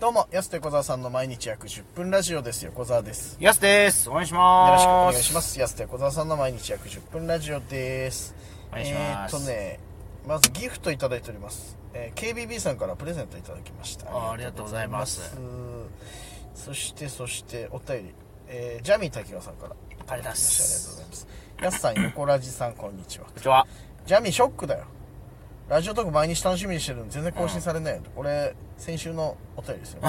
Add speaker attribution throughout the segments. Speaker 1: どうも、安手小沢さんの毎日約10分ラジオです。横澤です。
Speaker 2: やすです。お願いし
Speaker 1: よ
Speaker 2: ま
Speaker 1: ろし
Speaker 2: す。
Speaker 1: くお願いします。安手小沢さんの毎日約10分ラジオです。
Speaker 2: お願いします
Speaker 1: えーっとね、まずギフトいただいております。えー KBB さんからプレゼントいただきました。
Speaker 2: あーありがとうございます
Speaker 1: ありがとうございます。そして、そして、お便り。えージャミー滝川さんから。
Speaker 2: ありがとうございます
Speaker 1: ありがとうございます。ヤスさん、横ラジさん、こんにちは
Speaker 2: こん。にちは。
Speaker 1: ジャミーショックだよ。ラジオトーク毎日楽しみにしてるのに全然更新されないよと。俺、先週のお便りですよ。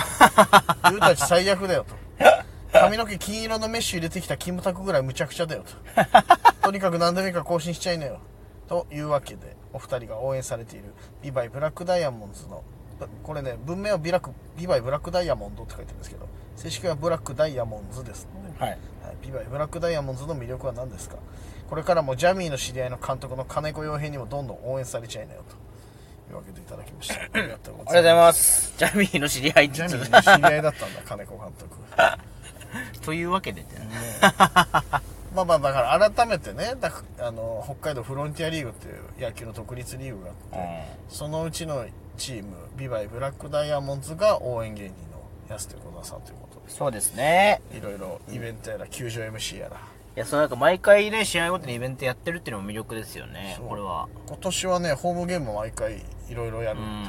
Speaker 1: ユうたち最悪だよと。髪の毛金色のメッシュ入れてきたキムタクぐらいむちゃくちゃだよと。とにかく何でもいいから更新しちゃいなよ。というわけで、お二人が応援されているビバイブラックダイヤモンズの、これね、文明はビラクビバイブラックダイヤモンドって書いてるんですけど、正式はブラックダイヤモンズですので、
Speaker 2: はい。
Speaker 1: はい、ビバイブラックダイヤモンズの魅力は何ですかこれからもジャミーの知り合いの監督の金子洋平にもどんどん応援されちゃいなよというわけでいただき ましたありがとうご
Speaker 2: ありがとうございます。ジャミーの知り合い
Speaker 1: ジ
Speaker 2: ジ
Speaker 1: ャ
Speaker 2: ャ
Speaker 1: ミ
Speaker 2: ミ
Speaker 1: ーの知り合いだったんだ金子監督
Speaker 2: というわけでってね。
Speaker 1: まあまあだから改めてねだかあの北海道フロンティアリーグっていう野球の独立リーグがあってそのうちのチームビバイブラックダイヤモンズが応援芸人の安手小田さんということ
Speaker 2: そうですね。
Speaker 1: でいろいろイベントやら球場 MC やら
Speaker 2: いや、そうなんか毎回ね、試合ごとにイベントやってるっていうのも魅力ですよね
Speaker 1: そ。う
Speaker 2: これは。
Speaker 1: 今年はねホームゲーム毎回いろいろやるって、
Speaker 2: うん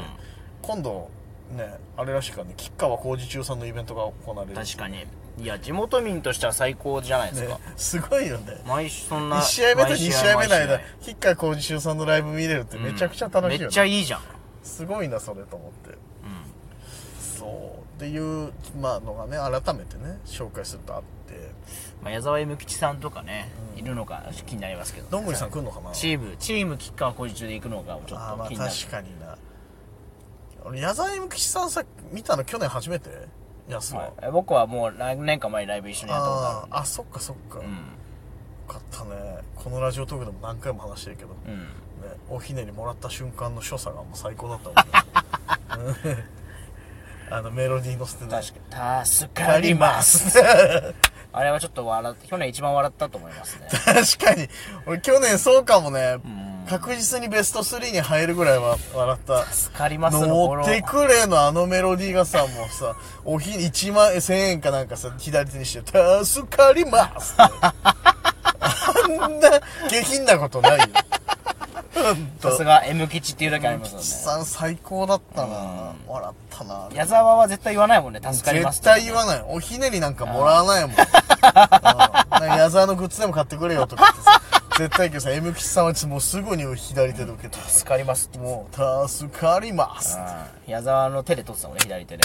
Speaker 1: 今度ねあれらしくはね吉川浩司中さんのイベントが行われる
Speaker 2: 確かに。いや、地元民としては最高じゃないですか
Speaker 1: ね。すごいよね
Speaker 2: 毎週そんな。
Speaker 1: 1試合目と2試合目の間
Speaker 2: 毎
Speaker 1: 吉川浩司中さんのライブ見れるってめちゃくちゃ楽しい
Speaker 2: め
Speaker 1: よ
Speaker 2: っちゃ
Speaker 1: ね、
Speaker 2: いいじゃん。
Speaker 1: すごいなそれと思ってそうっていう、まあ、のがね改めてね紹介するとあって
Speaker 2: まあ、矢沢夢吉さんとかね、いるのか気になりますけど。
Speaker 1: どんぐりさん来るのかな
Speaker 2: チーム、チームキッカー工事中で行くのがちょ
Speaker 1: あーま
Speaker 2: っと
Speaker 1: あ
Speaker 2: 気になる。
Speaker 1: 確かにな俺矢沢永吉さんさ見たの去年初めて安は、
Speaker 2: はい、僕はもう何年か前にライブ一緒にやったことあ
Speaker 1: あーあそっかそっか、
Speaker 2: る
Speaker 1: よかったねこのラジオトークでも何回も話してるけど、
Speaker 2: うん、うん、
Speaker 1: ね、おひねりもらった瞬間の所作がもう最高だったもんねうん あのメロディーのせてね
Speaker 2: 確かに助
Speaker 1: か
Speaker 2: か
Speaker 1: り
Speaker 2: り
Speaker 1: ま
Speaker 2: ますす あれはちょっと笑って去年一番笑ったと思いますね
Speaker 1: 確かに俺去年そうかもね、
Speaker 2: ん
Speaker 1: 確実にベスト3に入るぐらいは笑った
Speaker 2: 助かりますの
Speaker 1: 登
Speaker 2: 頃
Speaker 1: ってくれのあのメロディーがさ、もうさ、おひ、1万、1000円かなんかさ、左手にして、助かりますってあんな下品なことないよ。ほんと
Speaker 2: さすが M 吉っていうだけありますよ
Speaker 1: 吉
Speaker 2: ね
Speaker 1: さん最高だったな笑ったな
Speaker 2: 矢沢は絶対言わないもんね助かります
Speaker 1: 絶対言わない。おひねりなんかもらわ ないもん。うんなんか矢沢のグッズでも買ってくれよとかってさ、絶対言うけどさ、M 吉さんはもうすぐに左手で受け取って
Speaker 2: 助かりますっても
Speaker 1: もう、助かりますって。
Speaker 2: うん矢沢の手で取ってたもんね左 手で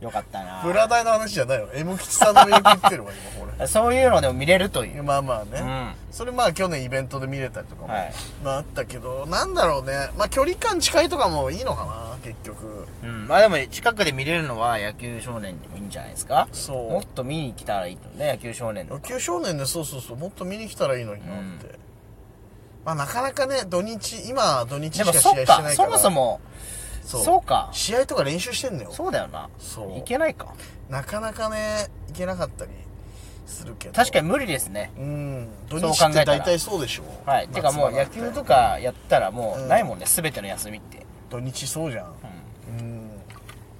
Speaker 2: よかった
Speaker 1: ブ
Speaker 2: な
Speaker 1: ラダイの話じゃないよ。M 吉さんの魅力言ってるわ、今、こ
Speaker 2: そういうのでも見れるとい
Speaker 1: れ。
Speaker 2: う
Speaker 1: まあまあね。
Speaker 2: うん
Speaker 1: それまあ去年イベントで見れたりとかも、
Speaker 2: はい
Speaker 1: まああったけど、なんだろうね。まあ距離感近いとかもいいのかな、結局。
Speaker 2: うん、まあでも近くで見れるのは野球少年でもいいんじゃないですか
Speaker 1: そう
Speaker 2: もっと見に来たらいいとね野球少年
Speaker 1: 野
Speaker 2: の
Speaker 1: 球少年でそうそうそう、もっと見に来たらいいのになって。まあなかなかね、土日、今土日し
Speaker 2: で
Speaker 1: か
Speaker 2: も
Speaker 1: 試合
Speaker 2: そっ
Speaker 1: してないか。
Speaker 2: からそもそも
Speaker 1: そ
Speaker 2: そううか
Speaker 1: 試合とか練習してんのよ。
Speaker 2: そうだよな
Speaker 1: そう
Speaker 2: いけないか
Speaker 1: なかなかね、行けなかったりするけど。
Speaker 2: 確かに無理ですね
Speaker 1: うん。土
Speaker 2: そう
Speaker 1: 日
Speaker 2: 考
Speaker 1: っ
Speaker 2: え
Speaker 1: て
Speaker 2: たら
Speaker 1: 大体そうでしょ。
Speaker 2: はいてかも
Speaker 1: 夏
Speaker 2: う
Speaker 1: 場な
Speaker 2: 野
Speaker 1: んて
Speaker 2: 球とかやったらも
Speaker 1: う
Speaker 2: うんないもんね、全ての休みって
Speaker 1: 土日そうじゃん。うん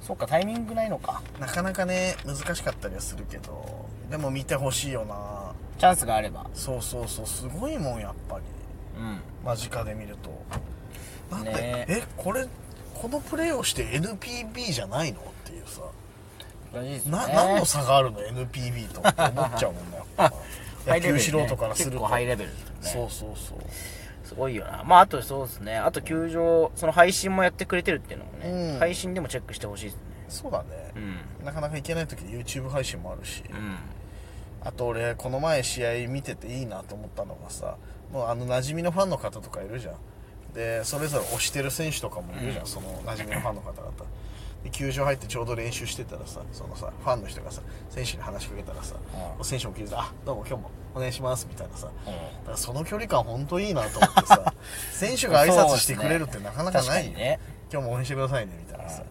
Speaker 2: そっかタイミングないのか
Speaker 1: なかなかね難しかったりはするけどでも見てほしいよな
Speaker 2: チャンスがあれば
Speaker 1: そうそうそうすごいもんやっぱり
Speaker 2: うん
Speaker 1: 間近で見るとなんで、
Speaker 2: ね
Speaker 1: えこれこのプレーをして NPB じゃないのっていうさ
Speaker 2: 大事ですね
Speaker 1: な、何の差があるの NPB とって思っちゃうもんね やっぱ
Speaker 2: ハ
Speaker 1: 野
Speaker 2: イレベル
Speaker 1: 球
Speaker 2: ね
Speaker 1: 素人からする
Speaker 2: 結
Speaker 1: と、
Speaker 2: 構ハイレベル、ね、
Speaker 1: そうそうそう
Speaker 2: すごいよなまああとそうですねあと球場その配信もやってくれてるっていうのもね、
Speaker 1: うん
Speaker 2: 配信でもチェックしてほしいですね
Speaker 1: そうだね
Speaker 2: う、ん
Speaker 1: なかなか行けない時 YouTube 配信もあるし、
Speaker 2: うん
Speaker 1: あと俺この前試合見てていいなと思ったのがさもうあの馴染みのファンの方とかいるじゃんでそれぞれ推してる選手とかもいるじゃん、その馴染みのファンの方々で球場入ってちょうど練習してたらさそのさファンの人がさ選手に話しかけたらさ、
Speaker 2: う
Speaker 1: 選手も聞いてあどうも今日もお願いします」みたいなさ、だ
Speaker 2: ん
Speaker 1: からその距離感ほんといいなと思って さ選手が挨拶してくれるってなかなかないよ、
Speaker 2: そうですね確かにね
Speaker 1: 今日も応援してくださいねみたいなさ、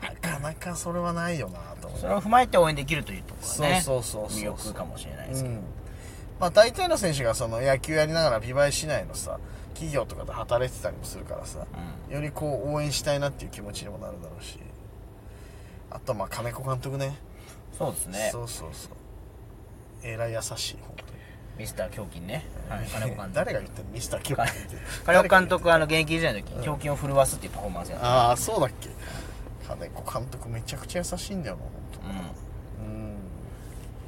Speaker 1: なかなかそれはないよなと思って
Speaker 2: それを踏まえて応援できるというところがね
Speaker 1: そうそうそうそう
Speaker 2: 魅力かもしれないです
Speaker 1: う
Speaker 2: けど、
Speaker 1: んまあ、大体の選手がその野球やりながら美唄市内のさ企業とかで働いてたりもするからさ
Speaker 2: う
Speaker 1: よりこう応援したいなっていう気持ちにもなるだろうしあとはまあ金子監督ね
Speaker 2: ん、そうですね
Speaker 1: そうそうそうえらい優しい本当に
Speaker 2: ミスター胸筋ね、はい、金子監 督
Speaker 1: 誰が言ってんのミスターキョコって
Speaker 2: 金子監督はあの現役時代の時に胸筋を震わすっていうパフォーマンスやった、
Speaker 1: ああそうだっけ金子監督めちゃくちゃ優しいんだよな本
Speaker 2: う
Speaker 1: 当うん
Speaker 2: ん、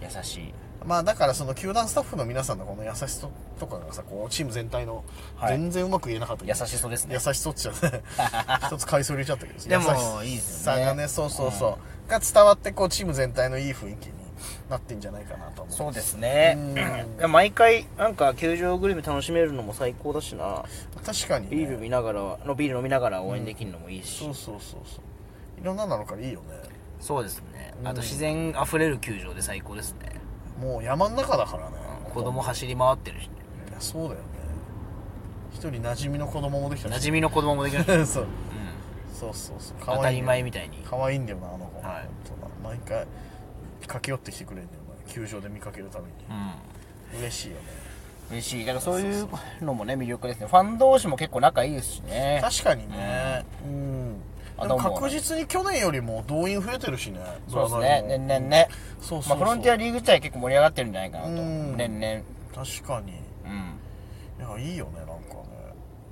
Speaker 2: 優しい
Speaker 1: まあだからその球団スタッフの皆さんのこの優しさとかがさこうチーム全体の
Speaker 2: はい
Speaker 1: 全然うまく言えなかったけ
Speaker 2: 優
Speaker 1: ど、
Speaker 2: しそうですね
Speaker 1: 優しそうっちゃね 一つ回想入れちゃったけど
Speaker 2: でも
Speaker 1: 優しさ
Speaker 2: いいですよね
Speaker 1: さがねそうそうそう、が伝わってこうチーム全体のいい雰囲気になってんじゃないかなと思う
Speaker 2: そうですね
Speaker 1: うん
Speaker 2: いや毎回なんか球場グルメ楽しめるのも最高だしな
Speaker 1: 確かに、ね、
Speaker 2: ビール見ながらのビール飲みながら応援できるのもいいし、
Speaker 1: そうそうそうそういろんななのからいいよね
Speaker 2: そうですね
Speaker 1: うん
Speaker 2: あと自然あふれる球場で最高ですね、
Speaker 1: もう山の中だからね
Speaker 2: 子供走り回ってるし、ね、
Speaker 1: いやそうだよね一人馴染みの子供もできた
Speaker 2: 馴染みの子供もでき るし、うん、
Speaker 1: み そうそうそうそう
Speaker 2: 当たり前みたいに
Speaker 1: 可愛いんだよなあの子
Speaker 2: はい
Speaker 1: 本当だ毎回駆け寄ってきてくれるんだよな球場で見かけるたびに
Speaker 2: うん
Speaker 1: 嬉しいよね
Speaker 2: 嬉しいだからそういうのもね魅力ですねファン同士も結構仲いいですしね
Speaker 1: 確かにねうん
Speaker 2: あ
Speaker 1: で
Speaker 2: どう
Speaker 1: も
Speaker 2: も
Speaker 1: 確実に去年よりも動員増えてるしね
Speaker 2: そうで
Speaker 1: ブラザ
Speaker 2: すね
Speaker 1: ーズも
Speaker 2: 年々ね
Speaker 1: そうそう
Speaker 2: ま
Speaker 1: そ
Speaker 2: あ
Speaker 1: う
Speaker 2: フロンティアリーグ自体結構盛り上がってるんじゃないかなと
Speaker 1: うん
Speaker 2: 年
Speaker 1: 確かにい
Speaker 2: 々うん
Speaker 1: やいいよねなんかね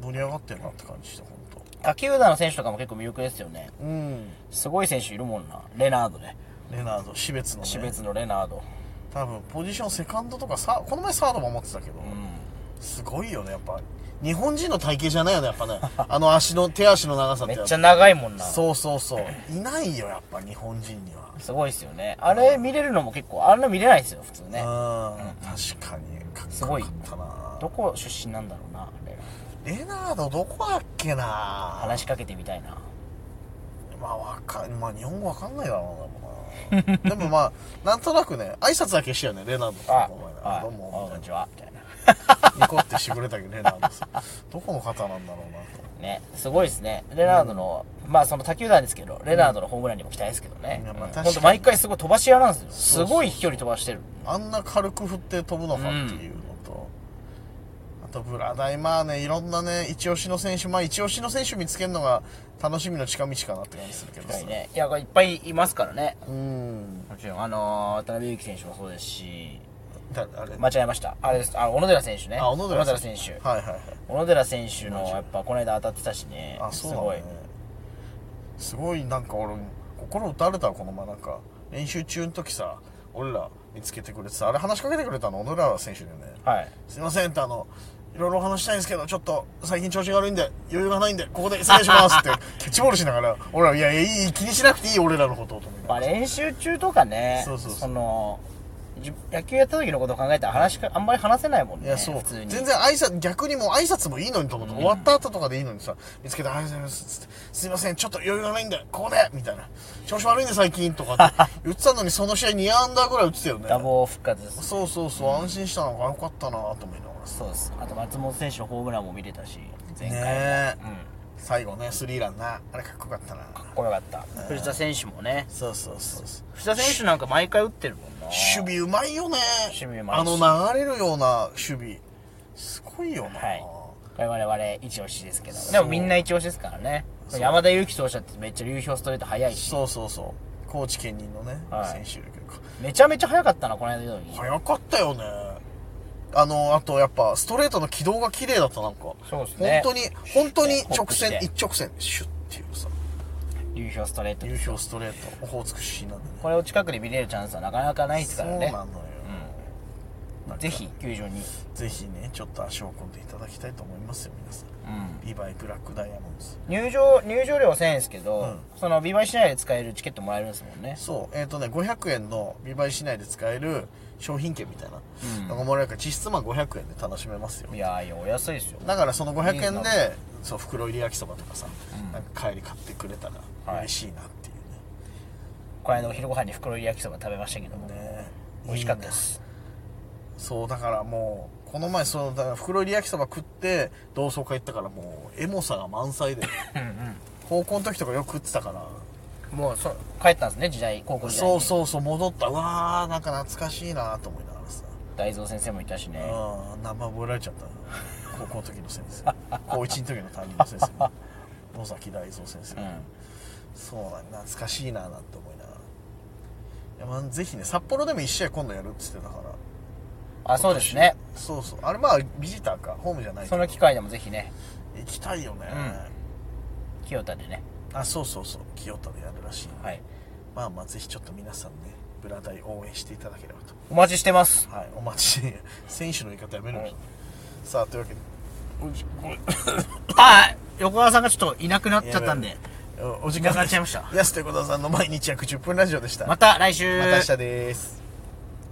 Speaker 1: 盛り上がってるなって感じした本当。
Speaker 2: 他球団の選手とかも結構魅力ですよね
Speaker 1: うん
Speaker 2: すごい選手いるもんなレナードね
Speaker 1: レナード私別のね
Speaker 2: 私別のレナード
Speaker 1: 多分ポジションセカンドとかサーこの前サードも持ってたけど、
Speaker 2: う
Speaker 1: すごいよねやっぱ日本人の体型じゃないよねやっぱね あの足の手足の長さ
Speaker 2: ん
Speaker 1: って
Speaker 2: め
Speaker 1: や
Speaker 2: っ
Speaker 1: っ
Speaker 2: ちゃ
Speaker 1: ぱ
Speaker 2: 長いもんなす
Speaker 1: そうそうそういないよやっぱ日本人には
Speaker 2: ごいですよねあれ見れるのも結構あんな見れないですよ普通ね
Speaker 1: うん確かにかっ
Speaker 2: す
Speaker 1: こ
Speaker 2: ご
Speaker 1: よ
Speaker 2: い
Speaker 1: かったな
Speaker 2: どこ出身なんだろうなレナード
Speaker 1: レナードどこだっけなま
Speaker 2: 話しかけてみたいな
Speaker 1: あわかんまあ日本語わかんないだろうなでもなでもまあなんとなくね挨拶だけしてよねレナードさんこの前ね
Speaker 2: あ
Speaker 1: ど
Speaker 2: こ
Speaker 1: うも
Speaker 2: んにちはみたいな
Speaker 1: ニコってしてくれたけどレナードさんどこの方なんだろうなと
Speaker 2: ね、すごいですね。レナードの、まあその他球団ですけど、レナードのホームランにも期待ですけどね
Speaker 1: い。やまあ確かに
Speaker 2: 本当毎回すごい飛ばし屋なんですよ。
Speaker 1: そうそう
Speaker 2: すごい飛距離飛ばしてる。
Speaker 1: あんな軽く振って飛ぶのかっていうのと、あとブラダイまあねいろんなね一押しの選手まあ一押しの選手見つけるのが楽しみの近道かなって感じするけど
Speaker 2: 確か
Speaker 1: さ
Speaker 2: にね。いや、いっぱいいますからね。
Speaker 1: うん
Speaker 2: もちろん、あのー、渡辺裕樹選手もそうですし、
Speaker 1: だあれ、
Speaker 2: 間違えました。あれです。あ、小野寺選手ね。
Speaker 1: あ小野寺
Speaker 2: 選手。
Speaker 1: はいはいはい
Speaker 2: 小野寺選手の、やっぱこの間当たってたしね。
Speaker 1: あそう
Speaker 2: す
Speaker 1: なん
Speaker 2: ご
Speaker 1: だ
Speaker 2: い
Speaker 1: ね。すごいなんか俺心打たれたわこの前なんか練習中の時さ俺ら見つけてくれてさあれ話しかけてくれたの小野寺選手だよね
Speaker 2: はい。
Speaker 1: すいませんってあのいろいろお話したいんですけどちょっと最近調子が悪いんで余裕がないんでここで失礼します ってキャッチボールしながら俺らいやいやいい気にしなくていい俺らのことをと思いなが
Speaker 2: まあ練習中とかね、
Speaker 1: そうそうそう
Speaker 2: の、じ野球やった時のことを考えたら話しか、あんまり話せないもん
Speaker 1: ら
Speaker 2: ね。
Speaker 1: いやそう
Speaker 2: 普通に。
Speaker 1: 全然挨拶逆にもう挨拶もいいのにと思って、終わった後とかでいいのにさ見つけて「ありがとうございます」つって「すいませんちょっと余裕がないんでここで」みたいな「調子悪いんで最近」とか って言ってたのにその試合2アンダーぐらい打ってたよね
Speaker 2: ダボ復活です。
Speaker 1: そうそうそう安心したのがよかったなと思いながらさ
Speaker 2: そうですあと松本選手のホームランも見れたし前回、
Speaker 1: ねえ
Speaker 2: うん、
Speaker 1: 最後ねスリーランなあれかっこよかったな
Speaker 2: かっこよかった藤田選手もね
Speaker 1: そうそうそうそう
Speaker 2: 藤田選手なんか毎回打ってるもんな
Speaker 1: 守備うまいよね
Speaker 2: 守備うまい
Speaker 1: あ
Speaker 2: し
Speaker 1: の流れるような守備すごいよな、
Speaker 2: はいこれ我々一押しですけど
Speaker 1: そう
Speaker 2: でもみんな一押しですからね山田裕貴投手だってめっちゃ流氷ストレート速いし
Speaker 1: そうそうそう高知県人のね、
Speaker 2: は
Speaker 1: 選
Speaker 2: い
Speaker 1: 手だけど
Speaker 2: めちゃめちゃ速かったなこの間の時
Speaker 1: 早かったよねあのあとやっぱストレートの軌道が綺麗だったなんか
Speaker 2: そうですね
Speaker 1: 本当に本当に直
Speaker 2: ね
Speaker 1: 線
Speaker 2: ホップして
Speaker 1: 一直線シュッっていうさ
Speaker 2: 流氷ストレート
Speaker 1: 流氷ストレートオホーツク出身なんでね
Speaker 2: これを近くで見れるチャンスはなかなかないですから
Speaker 1: そう
Speaker 2: ね
Speaker 1: なのよ、
Speaker 2: ぜひ球場に
Speaker 1: ぜひねちょっと足を込んでいただきたいと思いますよ皆さん
Speaker 2: うん
Speaker 1: ビバイブラックダイヤモンドズ
Speaker 2: 入場入場料は1000円ですけど、
Speaker 1: うん
Speaker 2: そのビバイ市内で使えるチケットもらえるんですもんね
Speaker 1: そう、えっ、とね、500円のビバイ市内で使える商品券みたいな、のがもらえるから、実質まあ500円で楽しめますよ
Speaker 2: い。やーいやお安いですよ
Speaker 1: だからその500円
Speaker 2: いい
Speaker 1: で
Speaker 2: な、
Speaker 1: そう、袋入り焼きそばとかさ、なんか帰り買ってくれたら
Speaker 2: はい
Speaker 1: 嬉しいなっていう
Speaker 2: この間お昼ご飯に袋入り焼きそば食べましたけども、
Speaker 1: ね。ね
Speaker 2: 美味しかったで
Speaker 1: いいね
Speaker 2: す
Speaker 1: そう、だからもう、この前、その、だから袋入り焼きそば食って、同窓会行ったからもう、エモさが満載 で、高校の時とかよく食ってたから、
Speaker 2: もうそ帰ったんですね時代高校時代
Speaker 1: そ
Speaker 2: に
Speaker 1: うそうそう、戻った。うわー、なんか懐かしいなと思いながらさ。
Speaker 2: 大蔵先生もいたしね
Speaker 1: ああ名前覚えられちゃった高校の時の先生高一の時の担任の先生ね 野崎大蔵先生、
Speaker 2: うん
Speaker 1: そうなんだ懐かしいななんて思いながらいや、まあ、ぜひね札幌でも1試合今度やるっつってたから
Speaker 2: あそうですね
Speaker 1: そうそうあれまあビジターかホームじゃないけど
Speaker 2: その機会でもぜひね
Speaker 1: 行きたいよね、
Speaker 2: 清田でね
Speaker 1: あそうそうそう清田でやるらしい、
Speaker 2: はい
Speaker 1: まあまあぜひちょっと皆さんねブラダイ応援していただければと
Speaker 2: お待ちしてます
Speaker 1: はいお待ちして選手の言い方やめるの、
Speaker 2: はい
Speaker 1: さあというわけで
Speaker 2: はい横川さんがちょっといなくなっちゃったんで
Speaker 1: おお時
Speaker 2: なくなっちゃいました
Speaker 1: 安手小田さんの毎日約10分ラジオでした
Speaker 2: また来週
Speaker 1: また明日です